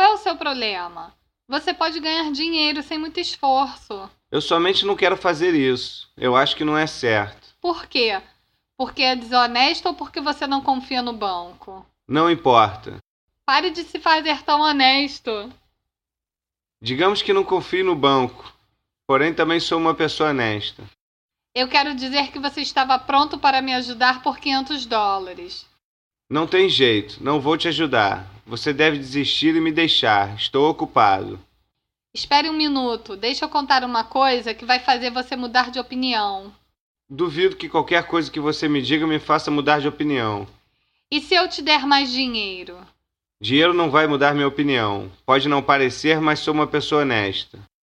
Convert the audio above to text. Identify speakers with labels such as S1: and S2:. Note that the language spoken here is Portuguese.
S1: é o seu problema? Você pode ganhar dinheiro sem muito esforço.
S2: Eu somente não quero fazer isso. Eu acho que não é certo.
S1: Por quê? Porque é desonesto ou porque você não confia no banco?
S2: Não importa.
S1: Pare de se fazer tão honesto.
S2: Digamos que não confio no banco, porém também sou uma pessoa honesta.
S1: Eu quero dizer que você estava pronto para me ajudar por 500 dólares.
S2: Não tem jeito, não vou te ajudar. Você deve desistir e me deixar. Estou ocupado.
S1: Espere um minuto, deixa eu contar uma coisa que vai fazer você mudar de opinião.
S2: Duvido que qualquer coisa que você me diga me faça mudar de opinião.
S1: E se eu te der mais dinheiro?
S2: Dinheiro não vai mudar minha opinião. Pode não parecer, mas sou uma pessoa honesta.